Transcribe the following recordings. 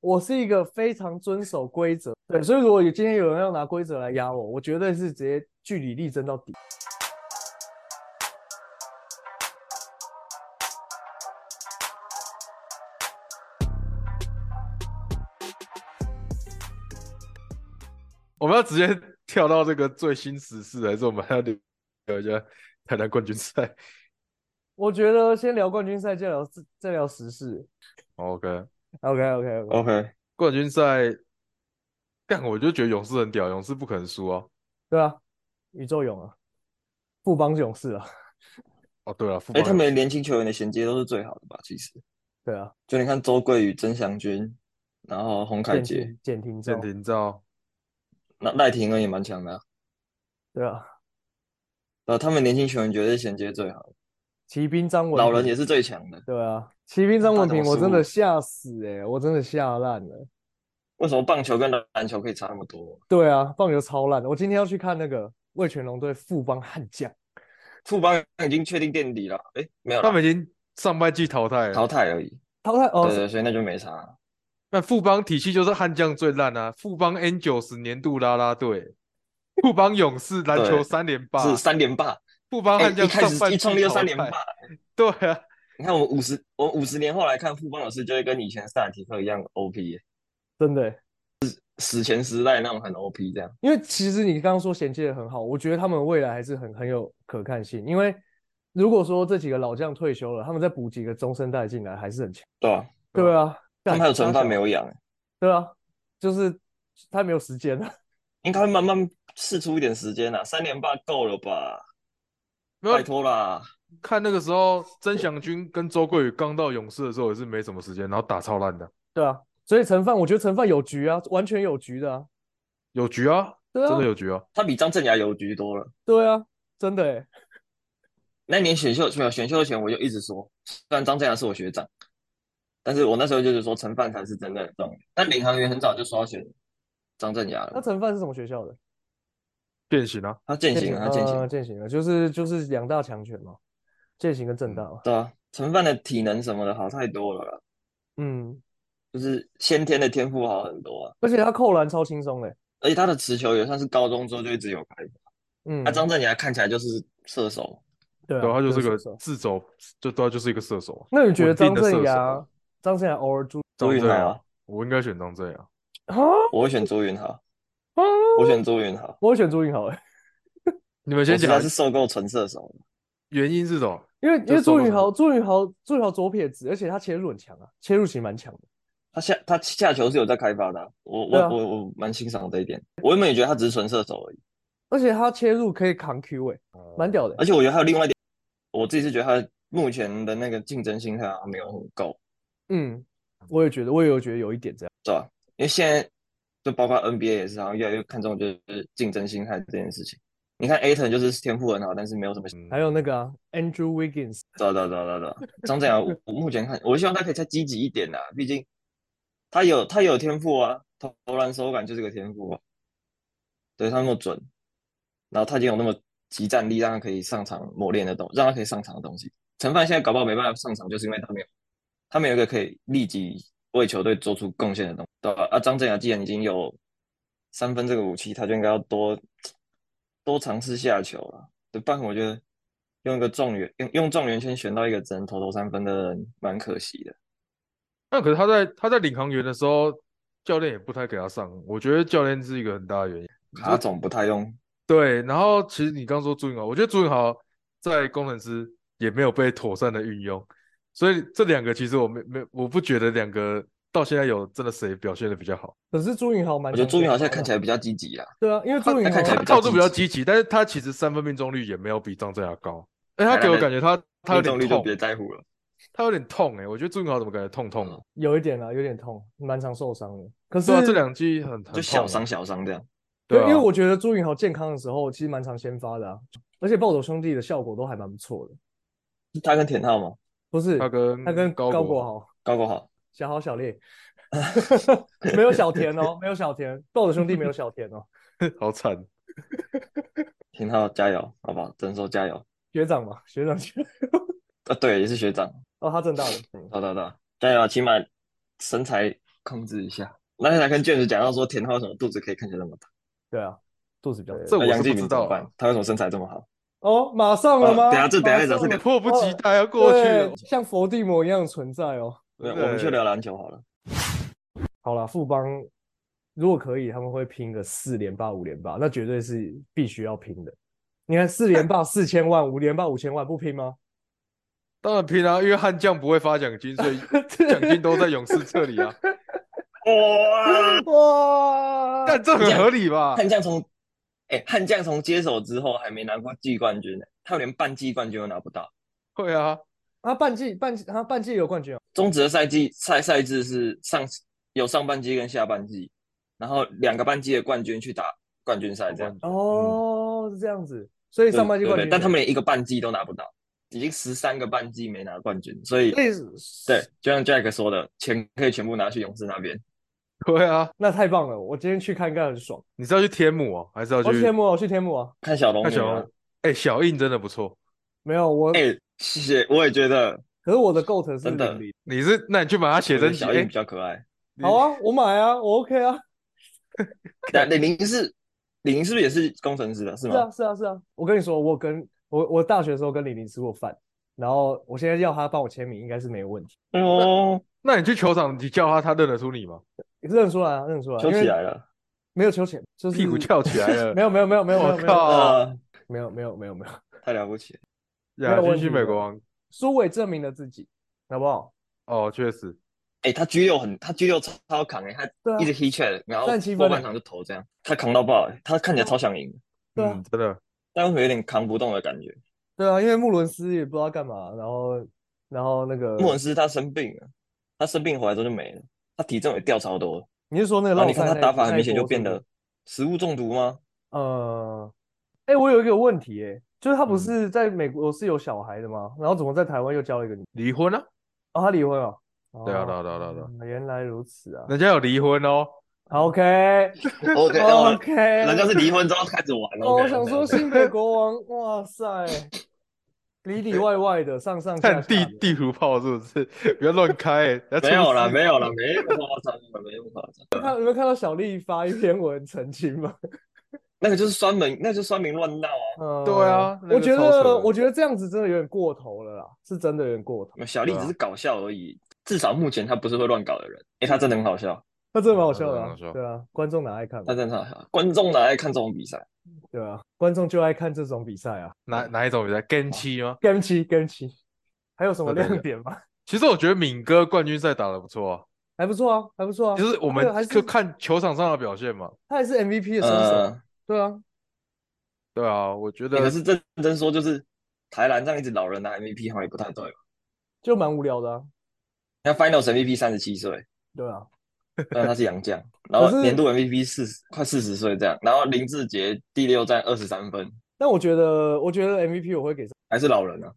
我是一个非常遵守规则，对，所以如果有今天有人要拿规则来压我，我绝对是直接据理力争到底。我们要直接跳到这个最新时事，还是我们还要聊一下台南冠军赛我觉得先聊冠军赛，再聊再聊时事。 ？OK， OK OK OK， OK，冠军赛，干我就觉得勇士很屌，勇士不可能输啊。对啊，宇宙勇啊，富邦勇士啊，哦，对了，富哎、邦他们年轻球员的衔接都是最好的吧？其实，对啊，就你看周桂宇、曾祥军，然后洪凯简杰，廷简廷简照，廷照，那赖廷恩也蛮强的、啊，对啊，然后他们年轻球员绝对衔接最好的，骑兵张文老人平也是最强的。对啊，骑兵张大文同平我失真的误吓死哎、我真的吓烂了。为什么棒球跟篮球可以差那么多？对啊，棒球超烂的。我今天要去看那个魏全龙对富邦悍将，富邦已经确定垫底了，哎、没有啦他们已经上半季淘汰淘了。汰而已。淘汰哦对，对，所以那就没差。那富邦体系就是悍将最烂啊，富邦 N 九十年度啦啦队，富邦勇士篮球对三连霸，是三连霸，富邦哎、悍一将开上半始季一创立就淘三连汰霸。对啊，你看我们五十，我们五十年后来看富邦老师，就会跟以前萨尔提克一样 OP，耶真的欸、史前时代那种很 OP 这样。因为其实你刚刚说衔接的很好，我觉得他们未来还是很很有可看性。因为如果说这几个老将退休了，他们再补几个中生代进来还是很强。对啊，对对啊，他干们还有存傻饭小没有养，对啊，就是他没有时间了。应该会慢慢试出一点时间啦。啊三连霸够了吧？没有拜托啦！看那个时候，曾祥军跟周桂宇刚到勇士的时候也是没什么时间，然后打超烂的，对啊，所以陈范，我觉得陈范有局啊，完全有局的啊。有局啊，对啊，真的有局啊。他比张镇雅有局多了。对啊，真的、欸。那年选秀没有选秀前，我就一直说，虽然张镇雅是我学长，但是我那时候就是说陈范才是真的重点。但领航员很早就说要选张镇雅哦那了，陈范是什么学校的？变形啊，他践行行啊，他践行呃，哦践行了，就是就是两大强权嘛，践行跟正大嘛。对啊，陈范的体能什么的好太多了啦，嗯，就是先天的天赋好很多啊，而且他扣篮超轻松欸嘞。而且他的持球也算是高中之后就一直有开发。嗯，那啊张镇雅看起来就是射手，对啊，然后他就是是个射手自走，就对啊，就是一个射手啊。那你觉得张稳定的射镇手啊雅，张镇雅偶尔出朱云张镇豪雅啊，我应该选张镇雅。啊？我会选朱云豪，啊我选朱云豪。我会选朱云豪哎，你们我先实讲在是受够纯射手了。原因是什么？因为因为这收朱获云什么豪，朱云豪，朱云豪左撇子，而且他切入很强啊，切入其实蛮强的。他下他下球是有在开发的啊、我我、对啊我我蛮欣赏这一点。我原本也觉得他只是纯射手而已，而且他切入可以扛 Q 哎、哦蛮屌的欸、而且我觉得还有另外一点，我自己是觉得他目前的那个竞争心态还没有很够，嗯，我也觉得，我也有觉得有一点这样。对吧、因为现在就包括 NBA 也是，好像越来越看重就是竞争心态这件事情。你看 Aton 就是天赋很好，但是没有什么，嗯还有那个啊，Andrew Wiggins，对对对对对。张镇阳，我我目前看，我希望他可以再积极一点啦、啊毕竟他有他有天赋啊，投投篮手感就是个天赋啊，对他那么准，然后他已经有那么集战力，让他可以上场磨练的东，让他可以上场的东西。陈范现在搞不好没办法上场，就是因为他没有他没有一个可以立即为球队做出贡献的东西，对吧、啊？张镇阳既然已经有三分这个武器，他就应该要多多尝试下球了。对，不然我觉得用一个状元，用用状元签选到一个只能投投三分的人，蛮可惜的。那可是他在他在领航员的时候，教练也不太给他上，我觉得教练是一个很大的原因。卡总不太用，对，然后其实你刚说朱云豪，我觉得朱云豪在工程师也没有被妥善的运用，所以这两个其实我没没我不觉得两个到现在有真的谁表现的比较好，可是朱云豪蛮我强的啊。觉得朱云豪现在看起来比较积极啦。对啊，因为他朱云他看起豪来他比较套路比较积积极，但是他其实三分命中率也没有比张镇雅高，哎，他台给南我的感觉他他有命中点率就痛，别在乎了。他有点痛哎、我觉得朱云豪怎么感觉痛痛嗯的？有一点啊，有点痛，蛮常受伤的。可是对啊，这两季很很痛、啊就小伤小伤这样。对，对啊因为我觉得朱云豪健康的时候其实蛮常先发的啊，而且暴走兄弟的效果都还蛮不错的，是他跟田浩吗？不是？他跟他跟高高国国豪豪、高国豪，小豪、小 烈，没有小田哦，没有小田，暴走兄弟没有小田哦，好惨，田浩加油，好不好？只能说加油。学长嘛，学长学啊，对，也是学长。哦，他正大的，嗯啊对对对，加油！起码身材控制一下。那天才跟卷子讲到说，田浩为什么肚子可以看起来那么大？对啊，肚子比较对大这我那是杨不敬知敏怎道么啊办？他为什么身材这么好？哦，马上了哦吗？等下这等下再马讲上这了个哦迫不及待要过去对了。像佛地魔一样存在哦。对，真我的们去聊篮球好了。好了，富邦如果可以，他们会拼个四连霸、五连霸，那绝对是必须要拼的。你看四连 霸四千万，五连霸五千万，不拼吗？当然平常因为悍将不会发奖 金，所以奖金都在勇士这里啊。哇！哇！但这很合理吧？悍将从哎、悍将从接手之后还没拿过季冠军呢、他们连半季冠军都拿不到。会啊，他半季半季他半季有冠军哦，中职的赛季赛赛制是上有上半季跟下半季，然后两个半季的冠军去打冠军赛这样。哦，是这样子，所以对上半季嗯对冠对军，但他们连一个半季都拿不到，已经十三个半季没拿冠军，所以所以对，就像 Jack 说的，钱可以全部拿去勇士那边。对啊。那太棒了！我今天去看应该很爽。你是要去天母哦，还是要我去去天母啊，我去天母啊，看小龙看女小啊龙，？哎，小印真的不错。没有我，哎、谢谢，我也觉得可是我的 GOAT 是真的零零。你是那你去买他写真集，小樱哎比，较可爱。你好啊，我买啊，我 OK 啊，那李宁是李宁是不是也是工程师的？是是吗？啊是啊是啊。我跟你说，我跟我我大学的时候跟李宁吃过饭，然后我现在要他帮我签名，应该是没有问题。哦，那你去球场，你叫他，他认得出你吗？认出来啊，认出来，揪因起为来了。没有球钱，就是屁股翘起来 了没。有没有没有没有没我有靠！呃，没有没有没有没有，太了不起了。没亚有军问去题美国王苏伟证明了自己，好不好？哦，确实，哎、他 G 六很，他 G 六超扛哎、他对啊一直 hit check，然后战七分后欸半场就投这样，他扛到爆、欸，他看起来超想赢，对啊嗯，真的但为什么有点扛不动的感觉？对啊，因为穆伦斯也不知道干嘛，然后然后那个穆恩斯他生病了，他生病回来之后就没了，他体重也掉超多了，你是说那个然后老啊你看他打法很明显就变得食物中 毒吗？呃，哎、我有一个问题、哎，就是他不嗯是在美国是有小孩的吗？然后怎么在台湾又交了一个女？离婚啊，哦，他离婚了。哦，对啊对啊对啊对啊对啊嗯原来如此啊。人家有离婚 哦。好 OK OK，那我哦 OK，？Oh，哦人家是离婚之后开始玩。哦，我 OK，想 OK，说 OK 新北 国王，哇塞，里里外外的，上上下看下地的地图炮是不 是？不要乱开、欸，人家没有啦，了，没有啦，没那么夸张了，没那么夸张。有看有没有看到小丽发一篇文澄清 吗？那个就是酸民，那个就是酸民乱闹啊。呃对啊那我个觉超扯得的我觉得这样子真的有点过头了啦，是真的有点过头。小丽对啊只是搞笑而已，至少目前她不是会乱搞的人。哎、嗯她真的很好笑，那真的蛮好对笑的啊蛮好笑对啊，观众哪爱看嘛她？真的很好笑。观众哪爱看这种比赛？对啊，观众就爱看这种比赛啊。哪哪一种比赛？Gen 七吗？ Game 七，Game 七，还有什么对对对亮点吗？ 其实我觉得敏哥冠军赛打得不错啊，还不错啊，还不错啊。就是我们还有还是就看球场上的表现嘛。他还是 MVP 的身手，呃，对啊，对啊，我觉欸可得是认真说，就是台篮这样一直老人拿 MVP 好像也不太对吧。就蛮无聊的啊。那 Finals MVP 三十七岁，对啊，但他是洋将，然后可是年度 MVP 四十快四十岁这样，然后林志杰第六战二十三分，但我觉得，我觉得 MVP 我会给，还是老人啊。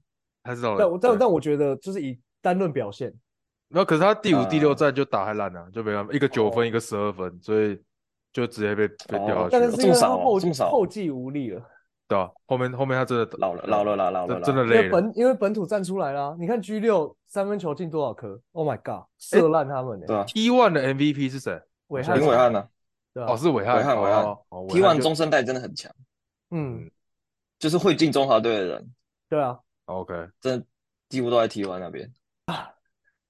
还是老但我人。但呃对但我觉得就是以单论表现，然后可是他第五、第六呃战就打还烂了、就没办法，一个九分，一个十二分，所以就直接被被掉哦下哦但是去了，是这因么为他少哦后这么少哦后继无力了，对吧、后面后面他真的老了，老了啦，老了真啦，真的因累为了。本因为本土站出来啦。你看 G 六三分球进多少颗？Oh my god，射烂他们对呢。啊， T one 的 MVP 是谁？伟对汉林伟汉呢对啊哦，，是伟汉。伟呃汉伟汉哦哦？T 伟汉 one 就中生代真的很强，嗯，就是会进中华队的人，对啊， OK。真的几乎都在 T one 那边。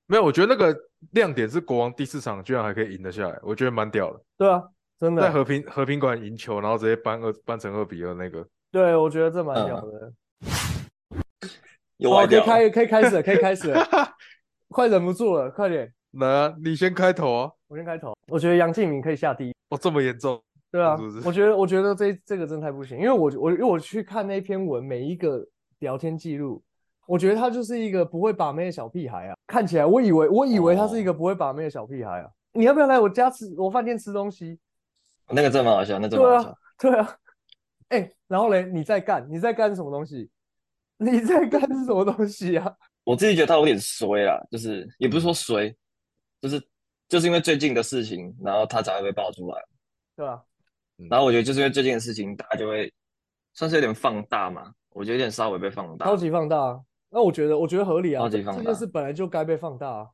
没有，我觉得那个亮点是国王第四场居然还可以赢得下来，我觉得蛮屌的。对啊，真在的，和平和平馆赢球，然后直接扳二扳成二比二那个，对我觉得这蛮屌嗯的。又好，歪啊可以掉了。开可以开始了，可以开始了，快忍不住了，快点，来啊，你先开头啊！我先开头。我觉得杨敬敏可以下第一。哦，这么严重，对啊，是不是我觉得我觉得这这个真的太不行，因为我我因为我去看那篇文，每一个聊天记录，我觉得他就是一个不会把妹的小屁孩啊。看起来我以为我以为他是一个不会把妹的小屁孩啊。你要不要来我家吃我饭店吃东西？那个真的蛮好笑，那真的对蛮好啊笑。，对啊。哎、然后嘞，你在干你在干什么东西？ 你在干是什么东西啊？我自己觉得他有点衰啦，就是也不是说衰，就是就是因为最近的事情，然后他才会被爆出来。对吧、啊？然后我觉得就是因为最近的事情，大家就会算是有点放大嘛，我觉得有点稍微被放大超。级放大啊。那我觉得我觉得合理啊，超级这放这大件事本来就该被放大啊。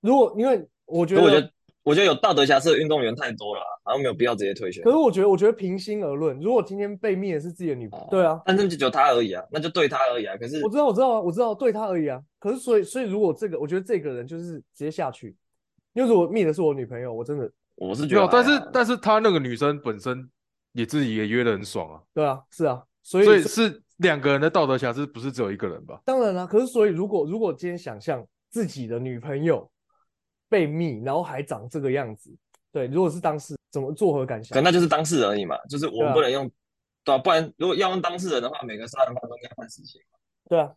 如果因为我觉所得以我觉得我觉得有道德瑕疵的运动员太多了啊，然后没有必要直接退选可。是我觉得，我觉得平心而论，如果今天被灭的是自己的女朋友哦，对啊，但是就只有他而已啊，那就对他而已啊。可是我知道，我知道啊，我知道，对他而已啊。可是所以，所以如果这个，我觉得这个人就是直接下去，因为如果灭的是我女朋友，我真的我是没觉得有，还但好，是但是他那个女生本身也自己也约得很爽啊，对啊，是啊，所以所以是两个人的道德瑕疵，不是只有一个人吧？当然啦、可是所以如果如果今天想象自己的女朋友被灭，然后还长这个样子，对，如果是当事怎么作何感可想？那就是当事人而已嘛，就是我对啊们不能用，对啊，不然如果要用当事人的话，每个杀人犯都应该判死刑。对啊，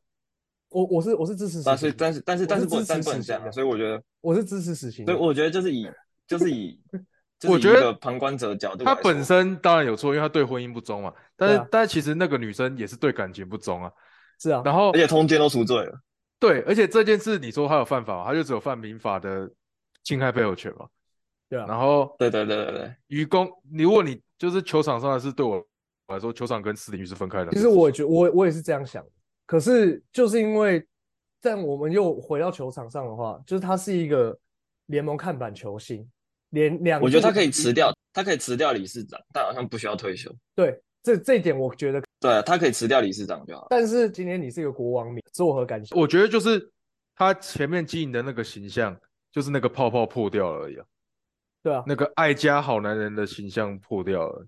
我我是我是支持但死刑是的，但是但是我但是是不能支持但是不能死这样刑啊，的所以我觉得，我是支持死刑所的以。我觉得就是以就是以就是我以觉一得个旁观者的角度他来本说身当然有错，因为他对婚姻不忠嘛。但对是、啊但是其实那个女生也是对感情不忠啊。是啊，然后而且通奸都赎罪了，对，而且这件事你说他有犯法吗，他就只有犯民法的侵害配偶权嘛。对啊然后对对对对对，于公，你如果你就是球场上的事，对我来说，球场跟私领域是分开的。其实我也觉我我也是这样想的，可是就是因为，但我们又回到球场上的话，就是他是一个联盟看板球星，连两我觉得度他可以辞掉，他可以辞掉理事长，但好像不需要退休，对这这一点我觉得，对啊，他可以辞掉理事长就好了。但是今天你是一个国王，你作何感想？我觉得就是他前面经营的那个形象，就是那个泡泡破掉了而已、啊，对啊，那个爱家好男人的形象破掉了。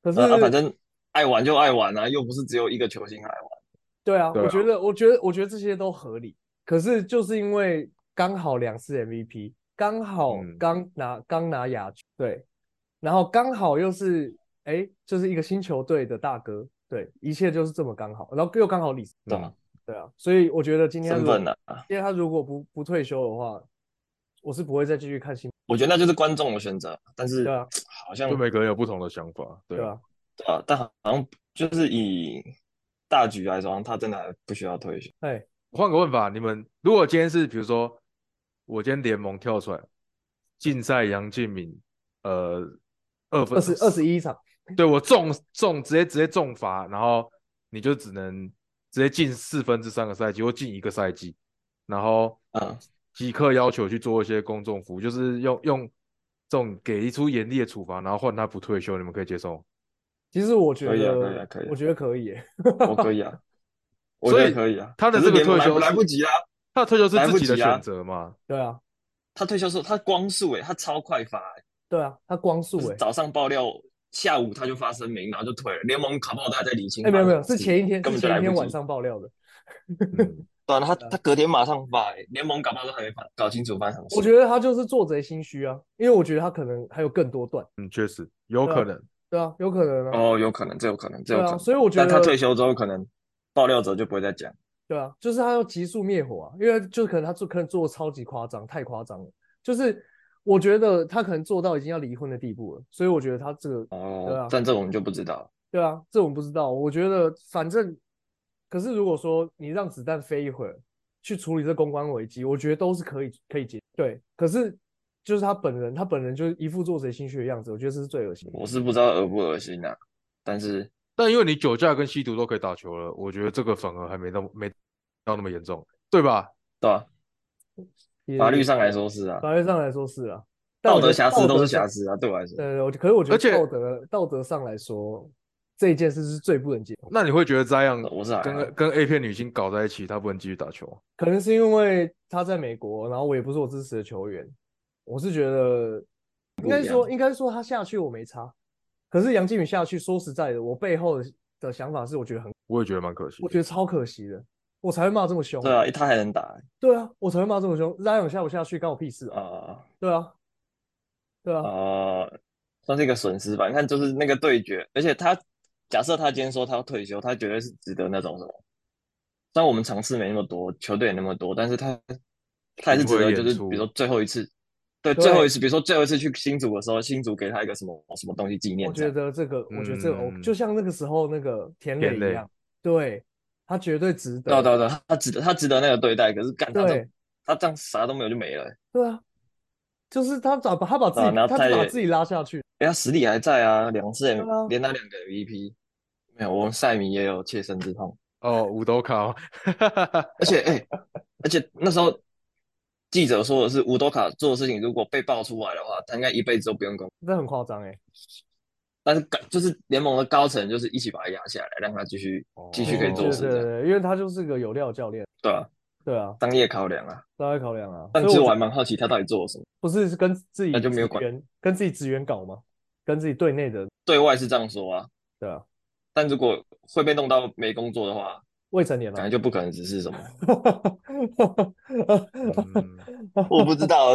可是、那、啊、反正爱玩就爱玩啊，又不是只有一个球星爱玩。对啊，对我啊觉得我觉得我觉得这些都合理，可是就是因为刚好两次 MVP，刚好嗯刚拿、刚拿亚军，对，然后刚好又是哎，就是一个新球队的大哥，对，一切就是这么刚好，然后又刚好李斯对啊对啊，所以我觉得今天他身如果份啊，今天他如果不不退休的话，我是不会再继续看新，我觉得那就是观众的选择，但是对啊好嗯像就每个人有不同的想法，对对吧、对啊，但好像就是以大局来说，好像他真的还不需要退休。哎，换个问法，你们如果今天是比如说，我今天联盟跳出来，竞赛杨敬敏，呃，二分二十二十一场，对我重重直接直接重罚，然后你就只能直接进四分之三个赛季或进一个赛季，然后嗯，即刻要求去做一些公众服务，就是用用这种给出严厉的处罚，然后换他不退休，你们可以接受吗？其实我觉可以啊得可以啊可以啊我觉得可以耶，我可以 啊，我所觉得以可以啊。他的可是这个联盟退休来是来不及啦、啊他的退休是来不自己的及啊选择 嘛？对啊他退休时候他光速诶、他超快发、欸，对啊，他光速就是哎。早上爆料，下午他就发声明，然后就退了。联盟卡报他还在理清哎、没发有没生什有，么事，是前一天，根是本就前来一天不晚及。上爆料的。嗯，对啊，他他隔天马上发、欸，联盟搞不好都还没发搞清楚发生什么事。我觉得他就是做贼心虚啊，因为我觉得他可能还有更多段，嗯确实有对啊可能。对啊，有可能啊，哦，有可能，这有可能，这对有可啊，能。所以我觉但得他退休之后，可能爆料者就不会再讲。对啊，就是他要急速灭火啊，因为就可能他做可能做的超级夸张，太夸张了，就是我觉得他可能做到已经要离婚的地步了，所以我觉得他这个对啊哦，但这我们就不知道。对啊，这我们不知道。我觉得反正，可是如果说你让子弹飞一会儿，去处理这公关危机，我觉得都是可以可以解。对，可是就是他本人，他本人就是一副做贼心虚的样子，我觉得这是最恶心的。我是不知道恶不恶心啊，但是但因为你酒驾跟吸毒都可以打球了，我觉得这个反而还没那么没到那么严重，对吧？对吧、也法律上来说是啊，法律上来说是啊，但道我觉德得瑕疵都是上瑕。疵啊，对我来说。呃，我可是我觉得而且道德道德上来说，这一件事是最不能接受。那你会觉得这样我是还好跟跟 A 片女星搞在一起，她不能继续打球吗？可能是因为他在美国，然后我也不是我支持的球员，我是觉得应该说应该说他下去我没差，可是杨靖宇下去，说实在的，我背后的的想法是，我觉得很，我也觉得蛮可惜我的。觉得超可惜的，我才会骂这么凶。对啊，他还能打啊对啊，我才会骂这么凶。拉永下我下去，关我屁事啊！啊、对啊，对啊，呃算是一个损失吧。你看，就是那个对决，而且他假设他今天说他要退休，他绝对是值得那种什么。虽然我们场次没那么多，球队也那么多，但是他他还是值巡回得，演就是出比如说最后一次，对，对最后一次，比如说最后一次去新竹的时候，新竹给他一个什么什么东西纪念我这样，觉得这个，我觉得这个，嗯就像那个时候那个田田磊磊一样，对他绝对值对啊得。对啊对啊，他值得他值得那个对待，可是干他对这他这样啥都没有就没了、欸，对啊，就是他把他把自己啊然后他他把也自己拉下去。哎、他实力还在啊，两次也对啊连拿两个 MVP，没有，我们赛米也有切身之痛。哦，五斗卡哦，而且哎、而且那时候记者说的是，乌多卡做的事情如果被爆出来的话，他应该一辈子都不用工作。这很夸张哎。但是高就是联盟的高层就是一起把他压下来，让他继续继续可以哦做对事，对这样对，因为他就是个有料教练，对吧？对啊，商业考量啊。大家考量啊。但所以其实我我还觉得蛮好奇他到底做了什么。不是是跟自己那就没有职管员跟自己职员搞吗？跟自己队内的对外是这样说啊，对啊，但如果会被弄到没工作的话，未成年啊感了 觉。就不可能只是什么， 嗯，哦我不知道，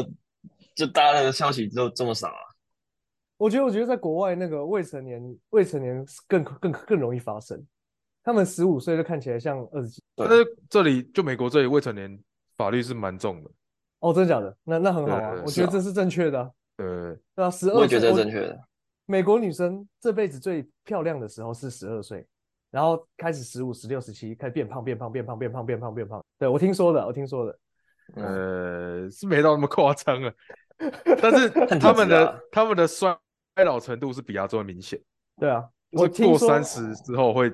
就大家的消息都这么少啊。我觉得，我觉得在国外那个未成年未成年更更更容易发生，他们十五岁就看起来像二十几。但对，是这里就美国这里未成年法律是蛮重的，哦，真的假的？那那很好啊对，对我是觉得啊这是正确的啊，呃，对啊，十我二也觉岁，得我正确的。美国女生这辈子最漂亮的时候是十二岁，然后开始十五、十六、十七开始变胖、变胖、变胖、变胖、变胖、变胖。对，我听说的，我听说的。嗯，呃，是没到那么夸 张啊，但是看他体们质啊的他们的衰老程度是比亚洲人明显，对啊，就我是听过说三十之后会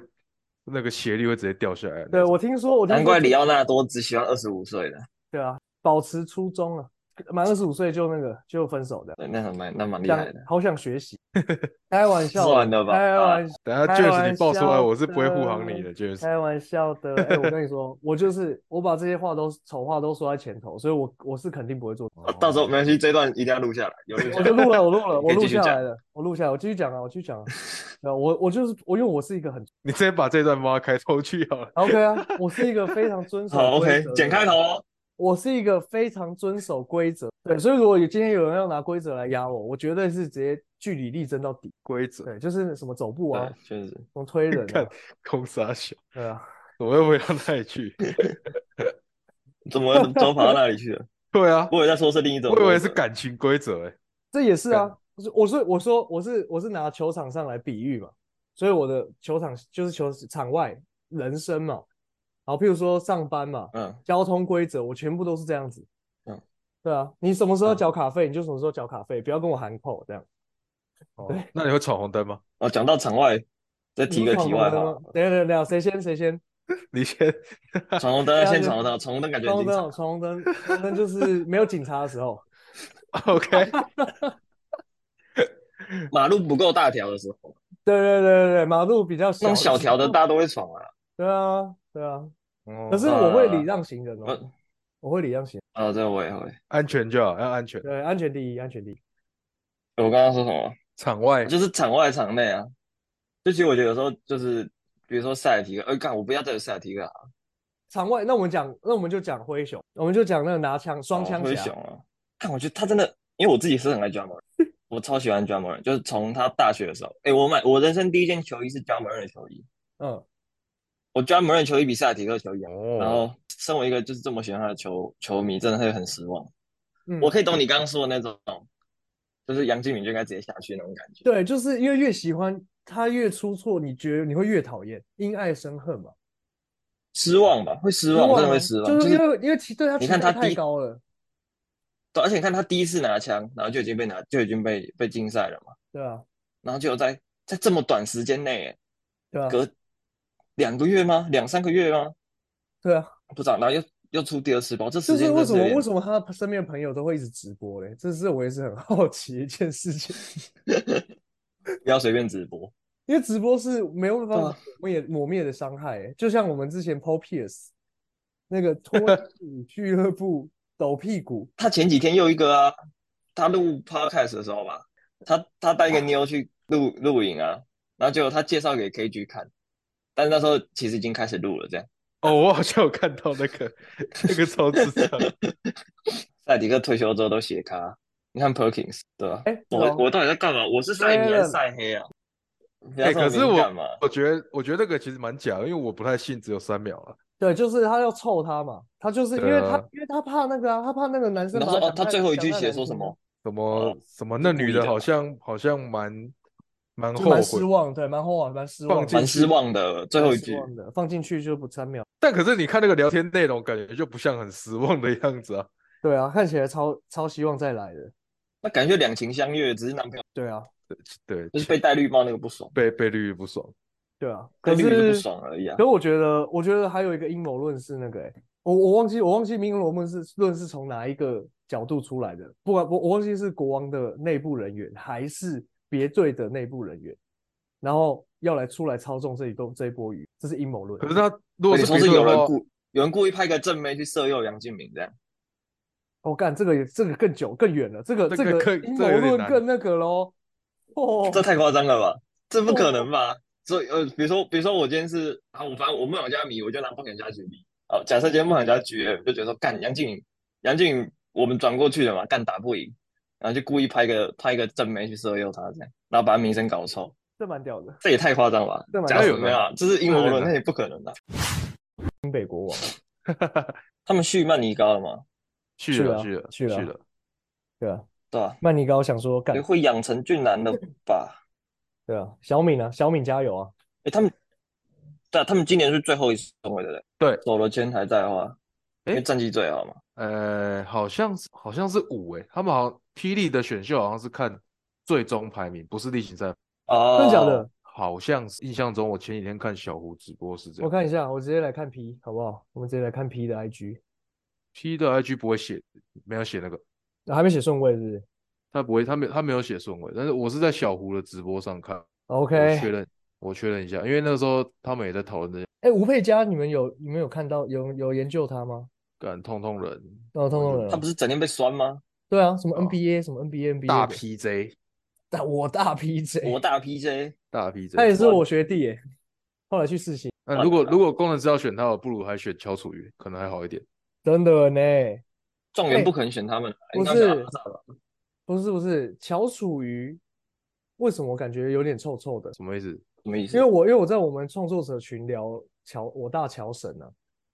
那个斜率会直接掉下来的那对种。我听说，我听难说怪这里奥纳多只喜欢二十五岁的，对啊，保持初衷啊，满二十五岁就那个就分手的，对，那很蛮那蛮厉想哎害的。啊好想学习， 开玩笑的，算了吧开玩笑。等下开 James 玩你爆出来，笑我是不会护航你的的，James。开玩笑的，哎、我跟你说，我就是我把这些话都丑话都说在前头，所以我我是肯定不会做。啊到时候没关系，这段一定要录下来，有录 下我就来。录了，我录了，我你可以录继续下讲来了，我录下来，我继续讲啊，我继续讲啊。对啊，我我就是我，因为我是一个很你直接把这段挖开抽去好了。 OK 啊，我是一个非常遵守 好规，OK，则剪的开人头哦。我是一个非常遵守规则，对，所以如果有今天有人要拿规则来压我，我绝对是直接据理力争到底。规则对，就是什么走步啊对，，确实，什么推人啊 看，空杀小，对啊，我会回到那里去。怎么会都跑到那里去了？对啊，我以为在说是另一 种我以为是规则感情规则哎。这也是啊。不是，我是我说我是我是拿球场上来比喻嘛，所以我的球场就是球场外人生嘛，好，譬如说上班嘛，嗯，交通规则，我全部都是这样子。嗯，对啊，你什么时候嗯缴卡费，你就什么时候缴卡费，不要跟我喊扣这样。哦对，那你会闯红灯吗？哦，讲到场外，再提你个不闯题红外灯吗，话等一下等一下，谁先谁先？你先， 闯红灯对啊先就闯红灯，闯红灯感觉闯红很精灯彩哦，。闯红灯，闯红灯就是没有警察的时候。 OK，马路不够大条的时候，对对对对对，马路比较那小种的小时条的候大家都会闯啊。对啊，对啊。 可可是哦我会礼让行人呃哦，我会礼让行啊，这我也会。安全就好，要安全人。。对，安全第一，安全第一。我刚刚说什么？场外就是场外场内啊。就其实我觉得有时候就是，比如说塞尔提克，呃，干我不要再有塞尔提克啊，场外，那我们讲，那我们就讲灰熊，我们就讲那个拿枪双枪灰侠熊。啊。 看，我觉得他真的，因为我自己是很爱 d r u m m e r 我超喜欢 d r u m m e r 就是从他大学的时候，哎，我买我人生第一件球衣是 d r u m m e r 的球衣，嗯，我 d r u m m e r 的球衣比塞尔提克的球衣好。然哦，后，身为一个就是这么喜欢他的球球迷，真的会很失望。嗯我可以懂你刚刚说的那种，就是杨敬敏就应该直接下去那种感觉。对，就是因为越喜欢他越出错，你觉得你会越讨厌，因爱生恨嘛。失望吧，会失望，真的啊会失望。就是是因为因为其对他你期看待他太第一高了，对而且你看他第一次拿枪，然后就已经被拿，就已经被被禁赛了嘛，对啊，然后就有在在这么短时间内，哎对啊，隔两个月吗？两三个月吗？对啊，不知道，然后又又出第二次包，这就时是间为真什有么点为什么他身边的朋友都会一直直播嘞？这是我也是很 好奇的一件事情，不要随便直播？因为直播是没有办对法啊抹灭抹灭的伤害欸，就像我们之前 Paul Pierce 那个脱 衣舞俱乐部抖屁股，他前几天又一个啊，他录 podcast 的时候吧，他他带一个妞去录录影啊，然后结果他介绍给 KG 看，但是那时候其实已经开始录了，这样哦，我好像有看到那个那个超智障。赛迪克退休之后都斜咖，你看 Perkins 对吧？哎，我对啊我到底在干嘛？我是晒迷还是晒黑啊？不要哎，这么可是敏感嘛 我我觉得我觉得那个其实蛮假的，因为我不太信只有三秒了。对，就是他要凑他嘛，他就是因为他、对啊因为他怕那个啊，他怕那个男生然把后说哦，讲他太最后一讲句太写难说什听啊么？什哦么什么是那故女意的的好吧像好像蛮蛮就后蛮悔失，望，对，蛮后悔，蛮失放望的，进蛮失望的，最蛮后一失句。望的，放进去就不三秒。但可是你看那个聊天内容，感觉就不像很失望的样子啊。 对啊，看起来超超希望再来的。那感觉两情相悦，只是男朋友对啊，对，就是被戴绿帽那个不爽，被被绿不爽。对啊。被可绿的不是，爽而已啊可。我觉得，我觉得还有一个阴谋论是那个、欸，我我忘记我忘记明罗论是论是从哪一个角度出来的，不管我我忘记是国王的内部人员还是别队的内部人员，然后要来出来操纵这一波这一波鱼，这是阴谋论。可是他如果你是说比是特有的人话，故有人故意派个正妹去色诱杨敬明这样？我、哦干这个也这个更久更远了，这个这这个个更阴这谋个有点论难更那个喽。哦，这太夸张了吧？这不可能吧？所以呃，比如说，比如说我今天是啊，我反正我梦想家迷，我就拿梦想家举例。好，假设今天梦想家举例，就觉得说干杨靖宇，杨靖宇我们转过去了嘛，干打不赢，然后就故意拍个拍个正妹去色诱他这样，然后把他名声搞臭，这蛮屌的。这也太夸张了吧这？蛮假有什的么呀？啊这是阴谋这有论，的那也不可能的。啊新北国王，他们续曼尼高了吗？去去了了去了去了了，对啊，对吧？曼尼高想说干也，会养成俊男的吧？对啊，小敏啊，小敏加油啊！哎，他们，对啊，他们今年是最后一次总会的人，对走了圈还在的话，因为诶战绩最好嘛。呃，好像是好像是五诶，他们好像霹雳的选秀好像是看最终排名，不是例行赛，哦，真的假的？好像是印象中我前几天看小胡直播是这我样看一下，我直接来看 P 好不好？我们直接来看 P 的 IG， ，P 的 IG 不会写，没有写那个，啊还没写顺位是不是他不会，他没他没有写顺位，但是我是在小胡的直播上看，我？OK，确认我确认一下，因为那个时候他们也在讨论这些，哎，吴佩嘉，你们有你们有看到有有研究他吗？干通通人哦，通我通就人他啊，不是整天被酸吗？对啊，什么啊 NBA 什么 NBA NBA 大的 PJ 大我大 PJ，我大 PJ，大 PJ，他也是完我学弟耶，后来去试行，那完如果了如果工程师要选他，我不如还选乔楚瑜，可能还好一点。真的呢，状哎元不可能选他们，不应该选阿是拉萨吧？不是不是，乔楚瑜，为什么我感觉有点臭臭的？什么意思？什么意思因为？我因为我在我们创作者群聊乔我大乔神啊，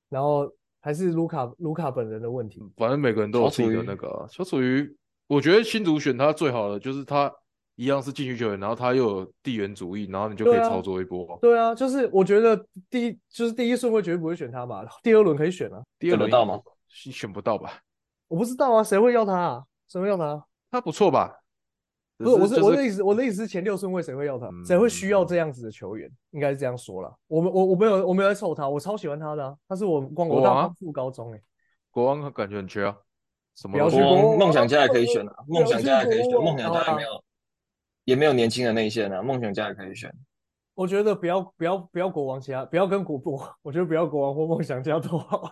然后还是卢卡卢卡本人的问题，反正每个人都有自己的那个啊、小楚瑜，我觉得新竹选他最好的就是他一样是禁区球员，然后他又有地缘主义，然后你就可以对啊操作一波啊、对啊，就是我觉得第一就是第一顺位绝对不会选他嘛，第二轮可以选啊，第二选轮得到吗？你选不到吧？我不知道啊，谁会要他啊？谁会要他啊？他不错吧？不是，我只是我的就是意思，我的意思是前六顺位谁会要他？谁会需要这样子的球员？应该是这样说啦。我们我我没有我没有在臭他，我超喜欢他的啊，他是我光国国王大啊光复高中哎、国王感觉很缺啊，什么不要都去缺国我王梦想家也可以选啊，梦想家也可以选，不要去国啊梦想家也没有也没有年轻的内线啊，梦想家也可以选。我觉得不要不要不要国王其他，不要跟国国，我觉得不要国王 或梦想家都好。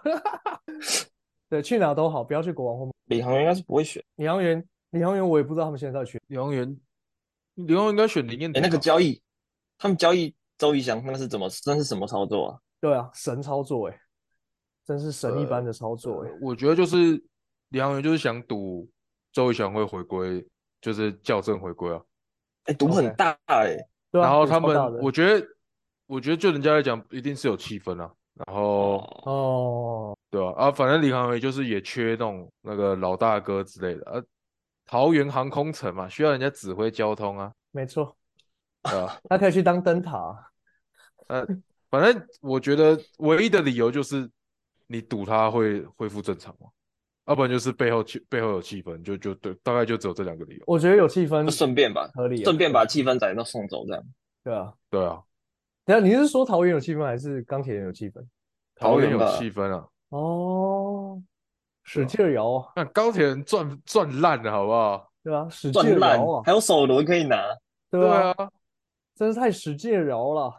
对，去哪都好，不要去国王或梦李航员应该是不会选，李航员，李航员我也不知道他们现在到底去。李宏源，李宏源应该选林彦哎，廷那个吧交易，他们交易周怡翔那是怎么，那是什么操作啊？对啊，神操作哎、真是神一般的操作哎、呃我觉得就是李宏源就是想赌周瑜翔会回归，就是校正回归啊。哎，赌很 OK 大哎，对啊，然后对他超大们，的我觉得，我觉得就人家来讲，一定是有气氛啊。然后，哦，哦，对吧、啊？反正李航员就是也缺那种那个老大哥之类的啊。桃园航空城嘛，需要人家指挥交通啊，没错，对吧、他可以去当灯塔，呃，反正我觉得唯一的理由就是你赌他会恢复正常嘛，要不然就是背后气背后有气氛，就就对，大概就只有这两个理由。我觉得有气氛就顺便吧，合理、啊，顺便把气氛仔都送走这样。对啊。对啊，等一下你是说桃园有气氛还是钢铁人有气氛？桃桃园有园吧气氛啊，哦，是使啊劲儿摇啊，那钢铁人赚赚烂了，好不好？对啊，使劲赚儿烂摇啊，还有首轮可以拿，对对啊，啊，真是太使劲儿摇了。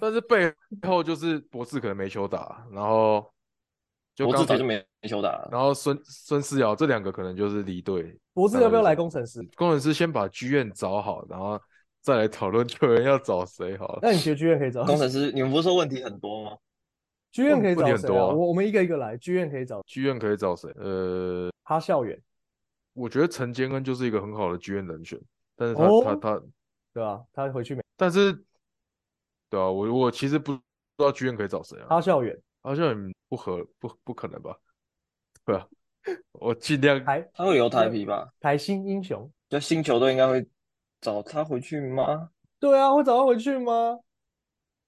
但是背后就是博士可能没球打，然后就我刚至早才就，没球打了。然后孙孙思瑶这两个可能就是离队。博士大概要不要就是来工程师？工程师先把剧院找好，然后再来讨论球员要找谁好了。那你觉得剧院可以找工程师，你们不是说问题很多吗？剧院可以问题找很谁多啊？啊我我们一个一个来，剧院可以找剧院可以找谁？呃，哈校园，我觉得陈坚恩就是一个很好的剧院人选，但是他、哦他他，对吧、他回去没？但是对啊，我我其实不知道剧院可以找谁啊哈，校园好像也不合不不可能吧？ 对啊，我尽量台他会留台皮吧？台新英雄，就新球队应该会找他回去吗？对啊，会找他回去吗？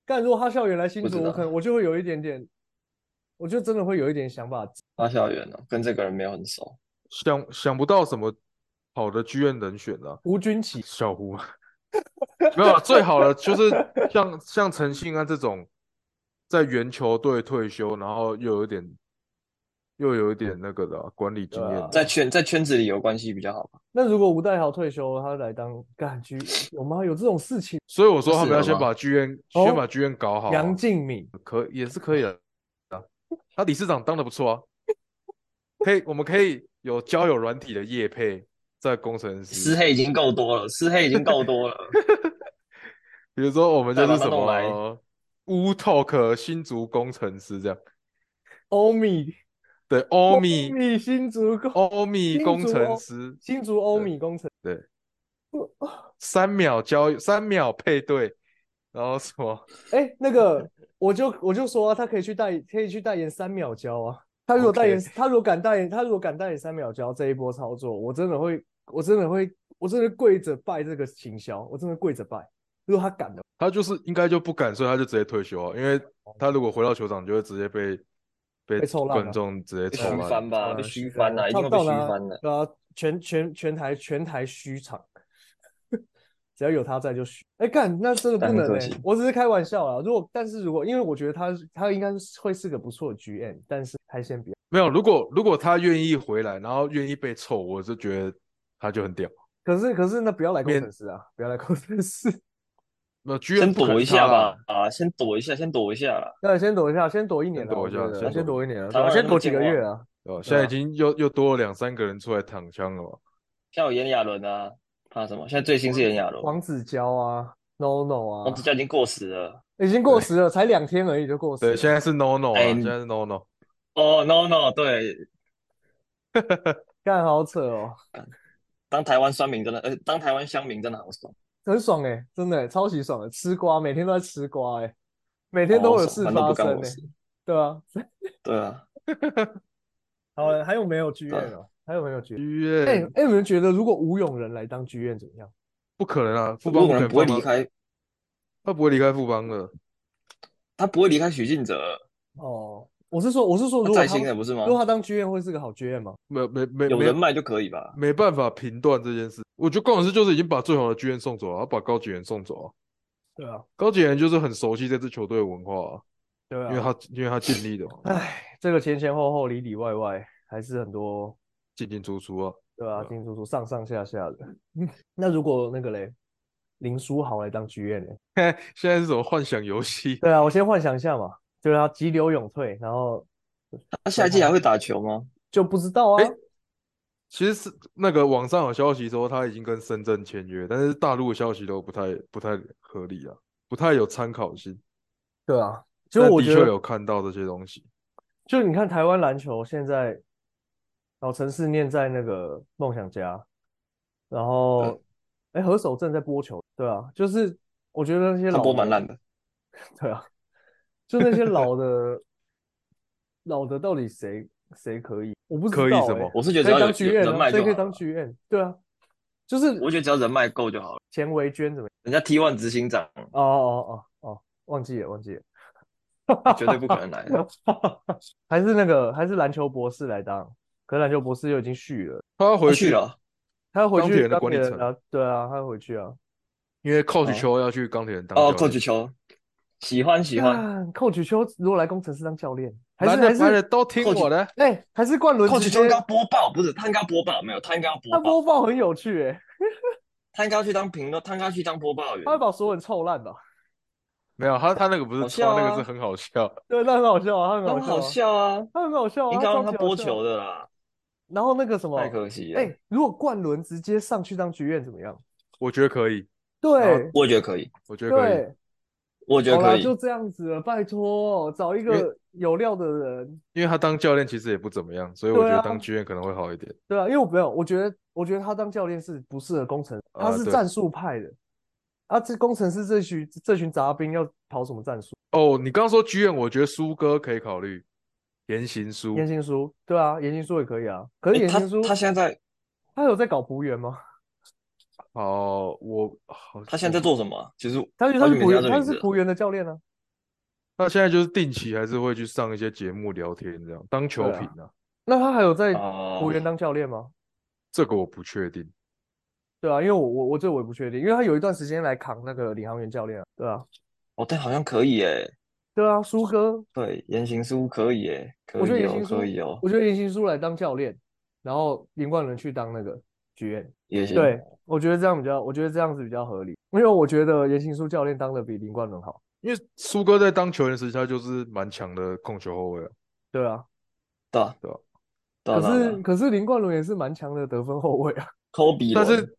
但如果哈校园来新不知竹，我道可能我就会有一点点，我就真的会有一点想法。花校园哦，跟这个人没有很熟。想想不到什么好的剧院人选啊。吴君奇小胡吗？ 没有啊，最好的就是像像陈信安这种，在原球队退休，然后又有一点又有一点那个的啊管理经验嗯对啊的，在圈在圈子里有关系比较好吧？那如果吴代豪退休了，他来当干局，有吗？有这种事情？所以我说他不们要适合先把剧院啊哦先把剧院搞好啊，杨敬敏，可也是可以的啊。他理事长当的不错啊，可以，我们可以有交友软体的业配在工程私师，黑已经够多了，私黑已经够 多了。比如说我们就是再把什它弄来么乌 talk 新竹工程师这样，欧米，对，欧米米新竹工，欧米新工竹哦程欧师，新竹欧米工程，对我，三秒交友三秒配对，然后什么哎，那个我就我就说啊，他可以去代可以去代言三秒胶啊。他如果代言，他如果敢代言，他如果敢代言三秒胶这一波操作，我真的会，我真的会，我真的跪着拜这个行销，我真的跪着拜。如果他敢的话，他就是应该就不敢，所以他就直接退休啊，因为他如果回到球场，就会直接被被哦被臭烂观啊众直接被臭虚烂。翻吧，嗯被虚翻啊了，一定到到会被虚哪翻的。对啊，全全全台全台虚场， 只要有他在就虚。哎、干，那真的不但很能可哎、惜我只是开玩笑啊。如果但是如果因为我觉得他他应该是会是个不错的 GM，但是还先不要。没有，如果如果他愿意回来，然后愿意被臭，我就觉得他就很屌。可是可是那不要来工免程师啊，不要来工程师。那居然先不可躲能一下他啦吧，，啊，先躲一下，先躲一下啦。那先躲一下，先躲一年先了，躲我一觉下得先先躲躲一年了，台对啊湾先人躲都几健个月忘啊。对吧现在已经又又多了两三个人出来躺枪了嘛。像有炎亚纶啊，怕什么？现在最新是炎亚纶，黄子佼啊，No No 王啊子，佳已经过时了。已经过时了，才两天而已就过时对，了现在是 no no 啊，哎现在是 no no。哦，no no，对，干好扯哦，当台湾酸民真的，呃，当台湾乡民真的好爽，很爽哎、真的欸、超级爽的，吃瓜每天都在吃瓜哎、每天都好有哦爽事反正发不干生我哎、事。对啊。对啊，好啊了，还有没有剧院对哦？还有没有剧院？居哎、然哎、你们觉得如果吴永仁来当剧院怎么样？不可能啊，富如邦果不可有人能不会放离他，开，他不会离开富邦的。他不会离开许晋哲，哦，我是说，我是说，他如果在他新的不是吗如？果他当剧院会是个好剧院吗？没有没没有没人脉就可以吧？没办法评断这件事。我觉得工程师就是已经把最好的剧院送走了，他把高举人送走了。对啊，高举人就是很熟悉这支球队的文化啊、对啊，因为他因为他尽力的嘛，唉，这个前前后后里里外外还是很多，进进出出啊。对吧、啊？对啊进出出上上下下的。 那如果那个嘞，林书豪来当剧院嘞？现在是什么幻想游戏？ 对啊，我先幻想一下嘛，就是他急流勇退，然后他下一啊季还会打球吗？就不知道啊。哎其实是那个网上有消息说他已经跟深圳签约，但是大陆的消息都不太不太合理啊，不太有参考性。对啊，就但我的觉确得，有看到这些东西，就你看台湾篮球现在，老陈思念在那个梦想家，然后，哎，何守正在播球，对啊，就是我觉得那些他老波蛮的烂的，对啊，就 那些老的，老的到底谁谁可以？我不知可以道什欸么我是觉得可只以当要有有剧院人啊，脉谁就可以好当了，剧院？对啊，就是我觉得只要人脉够就好了。钱维娟怎么？人家 T1 执 行长哦哦哦哦，忘记了忘记了， 绝对不可能来的，还是那个还是篮球博士来当，可是篮球博士又已经续了，他要回他去了，他要回钢去铁人的钢管铁理人层啊，对啊，他要回去啊。因为 Coach 哦秋要去钢铁人当教哦，扣练举球，喜欢喜欢，看寇曲秋如果来工程师当教练，还男是的还男的是都听 Coach- 我的，哎，还是冠伦扣直举球应接该要播报，不是他应该要播报，没有他应该要播他报，播报很有趣哎，他应该要去当评论，他应该要去当播报员他。会把所有人臭烂吧？没有他他那个不是好他笑那啊个是很好笑，对，那很好笑啊，他那很很好好笑啊，笑啊，他很好笑啊，应该让超他级好播笑球。的啦，然后那个什么太，可惜了。哎，如果冠伦直接上去当局院怎么样？我觉得可以，对我觉得可以，我觉得可以，对，我觉得好啦，可以。就这样子了，拜托，哦找一为个有料的人，因为他当教练其实也不怎么样，所以我对觉得啊当剧院可能会好一点。对啊，因为我没有，我觉得，我觉得他当教练是不适合工程，他呃啊是对战术派的，啊，这工程师这群这群杂兵要跑什么战术？哦，你刚刚说剧院，我觉得苏哥可以考虑，言行书，严行书，对啊，严行书也可以啊，可是哎严他行书他现在在他有在搞仆员吗？哦，我好，他现在在做什么啊？其实他他他是每仆天员，在他领是着仆员的教练啊，他现在就是定期还是会去上一些节目聊天，这样当球对啊评啊，那他还有在仆哦员当教练吗？这个我不确定。对啊，因为我我我这我也不确定，因为他有一段时间来扛那个领航员教练啊，对啊，哦，但好像可以诶，对啊，苏哥，对，言行书可以耶，可我觉得以言哦，行书可以哦，我觉得林行书来当教练，然后林冠伦去当那个剧院。也行。对，我觉得这样比较，我觉得这样子比较合理，因为我觉得言行书教练当的比林冠伦好。因为苏哥在当球员时，他就是蛮强的控球后卫啊。对啊，对啊，对啊对可啊，对啊对啊是可是林冠伦也是蛮强的得分后卫啊。科比但伦是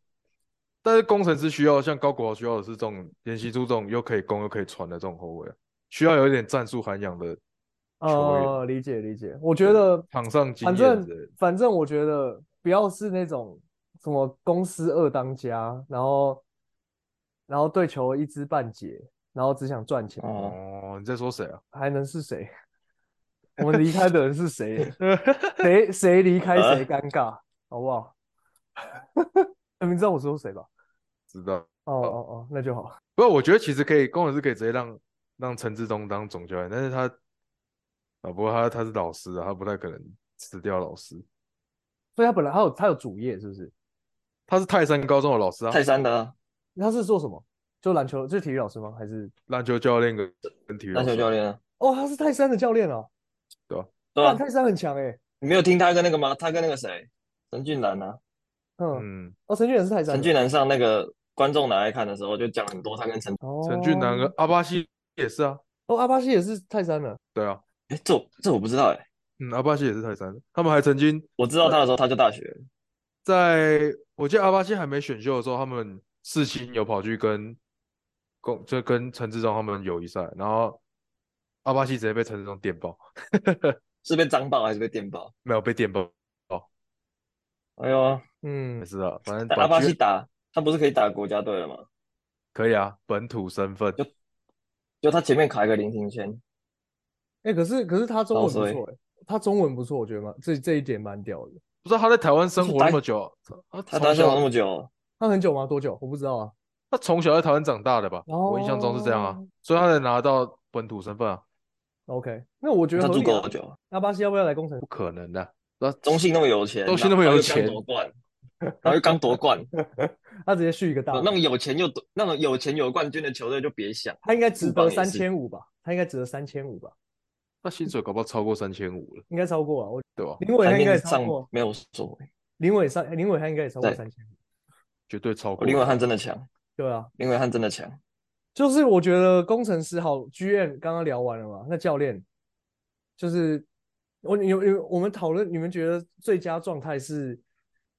但是工程师需要像高国豪需要的是这种研习出这种又可以攻又可以传的这种后卫啊，需要有一点战术涵养的 球员，呃，理解理解，我觉得场上经反验正之类的。反正我觉得不要是那种什么公司二当家，然后然后对球一知半解，然后只想赚钱，哦，哦，你在说谁啊？还能是谁？ 我们离开的人是 谁？谁谁离开啊谁尴尬，好不好？ 你们知道我说谁吧？知道。哦哦哦，那就好。不过我觉得其实可以，工程师可以直接让让陈志忠当总教练，但是他啊，不过他他是老师啊，他不太可能辞掉老师。所以他本来他有他有主业是不是？他是泰山高中的老师啊，泰山的啊他是做什么？就篮球，就是体育老师吗？还是？篮球教练跟跟体育老篮球师教啊。练啊，哦，他是泰山的教练哦。对哇，啊，泰山很强哎。你没有听他跟那个吗？他跟那个谁，陈俊南啊，嗯，嗯，哦，陈俊也是泰山陈的。俊啊南上那个观众拿来看的时候，就讲很多他跟陈，哦，陈俊南跟阿巴西也是啊，哦，阿巴西也是泰山的。对啊，哎，这我这我不知道哎，嗯，阿巴西也是泰山的，他们还曾经我知道他的时候他就大学了，在我记得阿巴西还没选秀的时候，他们世青有跑去跟公就跟陈志忠他们友谊赛，然后阿巴西直接被陈志忠电爆，是被脏爆还是被电爆？没有被电爆，哎呦，嗯也，是啊，反正但把阿巴西居打他不是可以打国家队了吗？可以啊，本土身份就就他前面卡一个菱形圈，哎，可是可是他中文好不所以错哎，他中文不错，我觉得蛮这这一点蛮屌的。不知道他在台湾生是活那呆么久，他他哦从单身了小那么久，他很久吗？多久？我不知道啊。他从小在台湾长大的吧？我印象中是这样啊哦，所以他才拿到本土身份啊， OK，那我觉得他合住理啊多。久？阿巴西要不要来工程不？可能的、那中信那么有钱，中信那么然后有又刚钱夺冠，然后又刚 夺冠，他直接续一个大的那。种有钱又夺那种有钱有冠军的球队就别想。他应该值富邦得也是三千五吧？他应该值得三千五吧？那薪水搞不好超过三千五了，应该超过啊。我对吧？林伟台他应该面也超上过，没有说，林伟三林伟他应该也超过对三千五。绝对超过。林伟汉真的强，对啊，林伟汉真的强。就是我觉得工程师好剧院刚刚聊完了嘛，那教练就是我有有我们讨论，你们觉得最佳状态是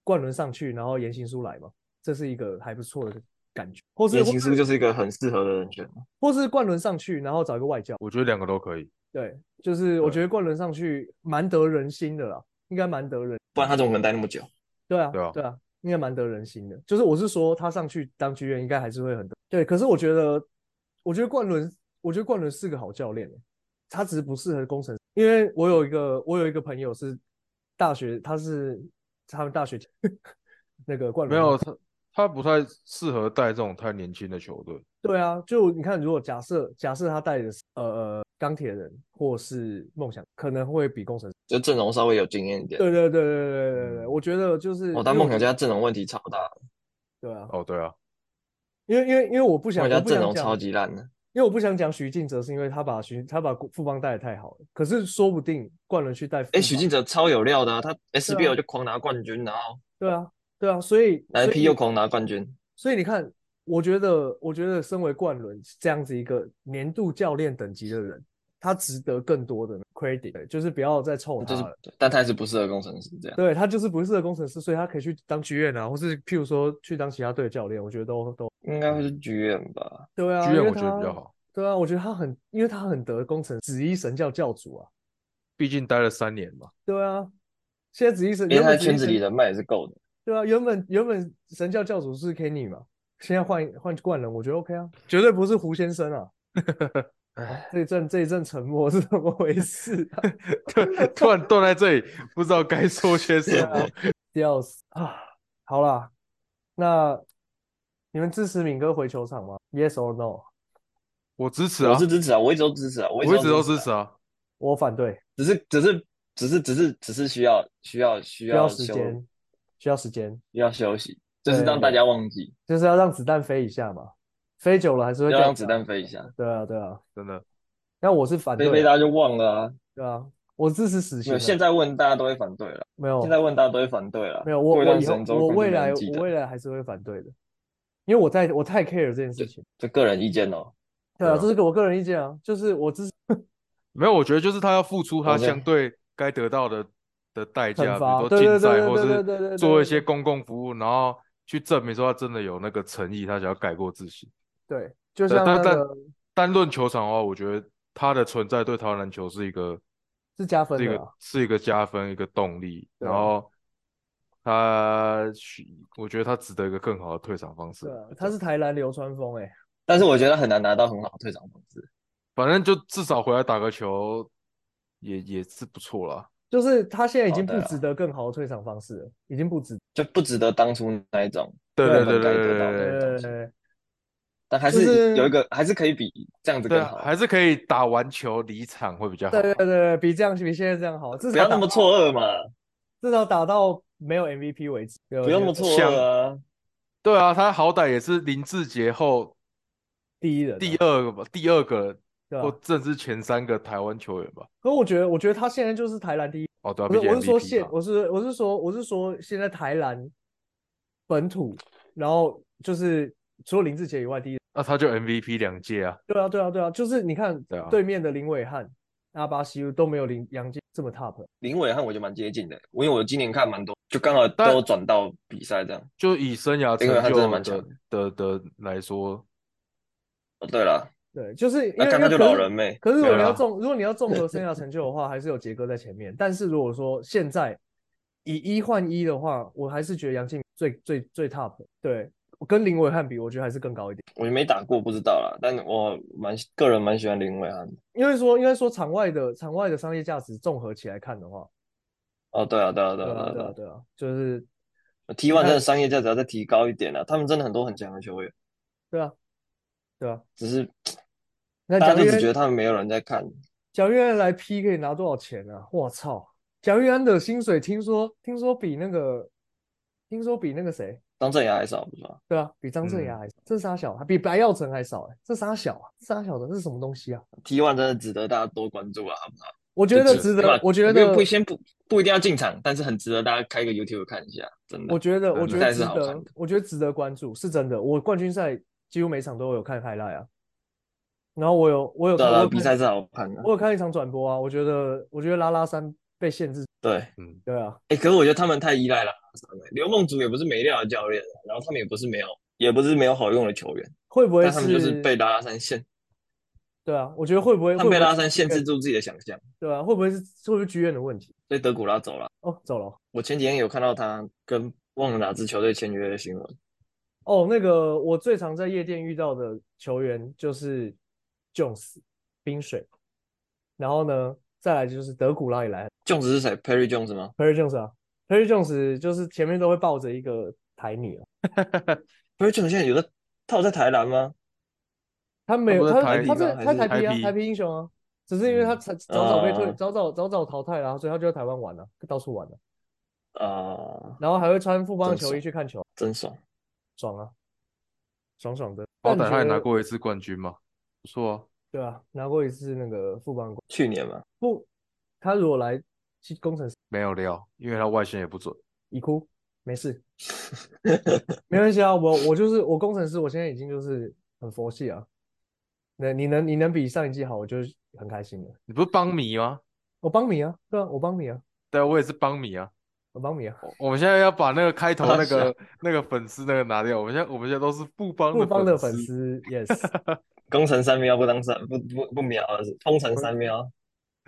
冠伦上去，然后言行书来嘛？这是一个还不错的感觉，或是年轻是不是就是一个很适合的人选？或是冠伦上去，然后找一个外教。我觉得两个都可以。对，就是我对觉得冠伦上去蛮得人心的啦，应该蛮得人。不然他怎么可能待那么久？对啊，对啊对啊，应该蛮得人心的。就是我是说，他上去当剧院应该还是会很得对。可是我觉得，我觉得冠伦，我觉得冠伦是个好教练，他只是不适合工程师。因为我有一个，我有一个朋友是大学，他是他们大学 那个冠没伦有他，他不太适合带这种太年轻的球队。对啊，就你看，如果假设假设他带的是呃呃钢铁人或是梦想，可能会比工程师。就阵容稍微有经验一点。对对对对对对对对，我觉得就是嗯哦，但因为梦我想家阵容问题超大，对啊，哦，对啊，因为因为因为我不想梦想我家不阵想容讲超级烂的。因为我不想讲许晋哲，是因为他把许他把富邦带的太好了。可是说不定冠伦去带富哎，邦，许晋哲超有料的啊，他 SBL 就狂拿冠军，然后对啊对啊，所以所 IP 以又狂拿冠军，所以你看，我觉得我觉得身为冠伦这样子一个年度教练等级的人，他值得更多的 credit，就是欸不要再臭他就是了。对但他还是不适合工程师这样。对他就是不适合工程师，所以他可以去当剧院啊，或是譬如说去当其他队的教练，我觉得都都应该会是剧院吧？对啊。剧因院为我觉得比较他。好，对啊，我觉得他很，因为他很得工程紫衣神教教主啊。毕竟待了三年嘛。 对啊，现在紫衣神因为原他本紫在衣圈子神里人脉也是够的。对啊，原本原本神教教主是 Kenny 嘛，现在换换冠人，我觉得 OK 啊，绝对不是胡先生 啊。哎，这一阵这一阵沉默是怎么回事啊？突突然断在这里，不知道该说些什么。笑死啊！好啦，那你们支持敏哥回球场吗？Yes or no？我支持我啊是，支持啊，我一直都支持啊，我我一直都支支持啊。我反对，只是只是只是只是只是需要需要需需要要时休间，需要时间，需要休息，就是对让大家忘记，就是要让子弹飞一下嘛，飞久了还是会要掉让子下弹来飞一下。对啊，对啊，真的，那我是反被被对啊，大家就忘了啊。对啊，我支持死没刑有，啊，现在问大家都会反对了，没有现在问大家都会反对了。哦没有，我过一我段以时后间之后我可能就未没人来记我得，未来还是会反对的，因为我在我太 care 这件事情。就个人意见哦。对啊，对啊这是我个人意见啊，就是我支持没有，我觉得就是他要付出他 OK 相对该得到的的代价，惩比罚，如说对竞对对赛，对或对对是对对对做一对些公共服务，然后去证明说他真的有那个诚意，他想要改过自新。对，就对像但那但个单论球场的话，我觉得它的存在对台湾篮球是一个是加分是一的个啊，是一个加分，一个动力。对然啊后他需，我觉得他值得一个更好的退场方式对。啊，他是台篮流川枫哎，但是我觉得很难拿到很好的退场方式。反正就至少回来打个球也也是不错啦。就是他现在已哦经对不啊值得更好的退场方式了，已经不值得。就不值得当初那一种，对对对对本该对得到对对的对对对对但还就是是有一个，还是可以比这样子对更啊，好，还是可以打完球离场会比较好对啊。对对对，比这样比现在这样好，至不少要那打么错愕嘛，至少打到没有 MVP 为止，对不我要觉那么得错想愕啊。对啊，他好歹也是林志杰后第一人啊第二个吧，第二个对啊吧或？甚至前三个台湾球员吧。可我觉得，我觉得他现在就是台篮第一，哦，对啊，不是，毕竟我是说 MVP 现嘛，我是我是说我是说现在台篮本土，然后就是除了林志杰以外第一人，那他就 MVP 两届啊。对啊对啊对啊，就是你看对啊对面的林伟汉、阿巴西乌都没有林杨金这么 top，林伟汉我就蛮接近的，因为我今年看蛮多，就刚好但都转到比赛这样。就以生涯这成个他真的就蛮强的的的来说，哦，对了，对，就是因那为看因为他就可老是人妹，可是如没果有你要啦综，如果你要综合生涯成就的话，还是有杰哥在前面。但是如果说现在以一换一的话，我还是觉得杨敬最最最 top 的。对，跟林伟汉比，我觉得还是更高一点。我就没打过，不知道啦。但我蛮个人蛮喜欢林伟汉的。因为说，因为说场外的场外的商业价值综合起来看的话，哦，对啊，对啊，对对啊，对啊啊，对对啊对啊，就是啊。T1 真的商业价值要再提高一点啊，他们真的很多很强的球员，对啊对啊。只是那大家蒋就玉只觉得安他们没有人在看。蒋玉安来 P 可以拿多少钱啊？我操！蒋玉安的薪水听说听说比那个听说比那个谁张镇雅还少，不是吗？对啊，比张镇嗯雅还少，这是啥小啊？比白耀晨还少哎、这啥小啊？这啥小的？这是什么东西啊？ T1 真的值得大家多关注啊，好不好？我觉就得只值起码得，啊我觉没有得不，先不不一定要进场，但是很值得大家开个 YouTube 看一下，真的。我觉得，嗯我觉那得还是值好看得的，我觉得值得关注，是真的。我冠军赛几乎每场都有看 highlight 啊，然后我有我有对看我啊，有比看赛是好看的我。有看一场转播啊，我觉得我觉得拉拉山被限制，对，嗯，对啊，哎，可是我觉得他们太依赖了。刘梦竹也不是没料的教练，啊然后他们也不是没有，也不是没有好用的球员，会不会但他们就是是被拉拉山限，对啊？我觉得会不会会他们被不会拉拉是山限剧制院住自己的想象，对啊？会不会是会不会剧院的问题？所以德古拉走了。哦，走了哦我前几天有看到他跟忘了哪支球队签约的新闻，哦，那个我最常在夜店遇到的球员就是 Jones 冰水，然后呢，再来就是德古拉也来琼斯是谁？Perry Jones 吗？ ，Perry Jones 啊，Perry Jones 就是前面都会抱着一个台女啊， Perry Jones 现在有在，他有在台南吗？他没他有啊不是他他他这台啤吗还他是台台啤啊，台啤啤英雄啊，只是因为他嗯早早早被退啊早早早早淘汰了啊，所以他就在台湾玩了，到处玩了，啊，然后还会穿富邦的真球衣爽去看球，真爽！爽啊，爽爽的，好但歹觉他也拿得过一次冠军嘛，不错啊。对啊，拿过一次那个富邦冠去年嘛，不，他如果来工程师。没有料，因为他外线也不准。已哭，没事，没关系啊。我我就是我工程师，我现在已经就是很佛系啊。那你能你能比上一季好，我就是很开心了。你不是邦迷吗？我帮你啊，对啊，我帮你啊，对啊，我也是邦迷啊。我帮你啊。我我们现在要把那个开头哦啊那是个那个粉丝那个拿掉。我们现在我们现在都是不邦富邦的粉丝。丝，yes，工程三喵不当三不不不秒了，是通城三喵嗯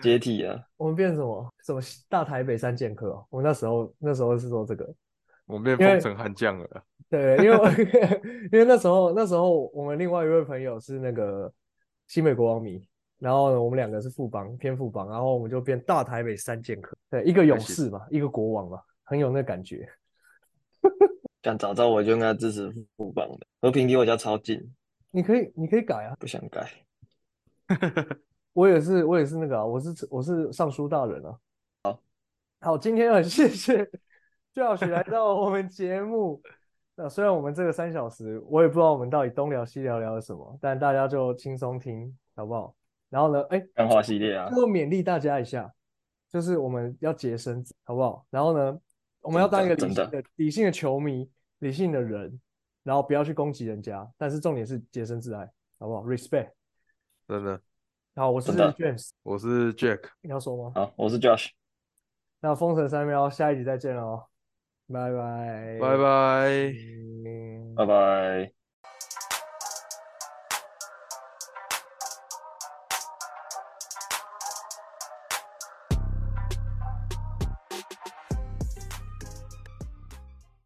解体了。我们变成什么什么大台北三剑客哦。我那时候那时候是做这个，我们变因为封城悍将了。 对，因为我 因为那时候那时候我们另外一位朋友是那个西美国王迷，然后呢，我们两个是副帮偏副帮，然后我们就变大台北三剑客，对，一个勇士嘛，一个国王嘛，很有那感觉。但早知道我就应该支持富邦的，和平离我家超近，你可以你可以改啊，不想改。我也是我也是那个啊，我是我是尚书大人啊。好，好，今天很谢谢赵许来到我们节目。那虽然我们这个三小时，我也不知道我们到底东聊西聊聊了什么，但大家就轻松听，好不好？然后呢，哎，干化系列啊最，后勉励大家一下，就是我们要洁身自，好不好？然后呢，我们要当一个真理的性的、理性的球迷、理性的人，然后不要去攻击人家，但是重点是洁身自爱，好不好？Respect。真的，好，我是真的 James，我是 Jack，你要说吗？好，我是 Josh，那封神三喵，哎下一集再见喽，拜拜，拜拜。嗯拜拜。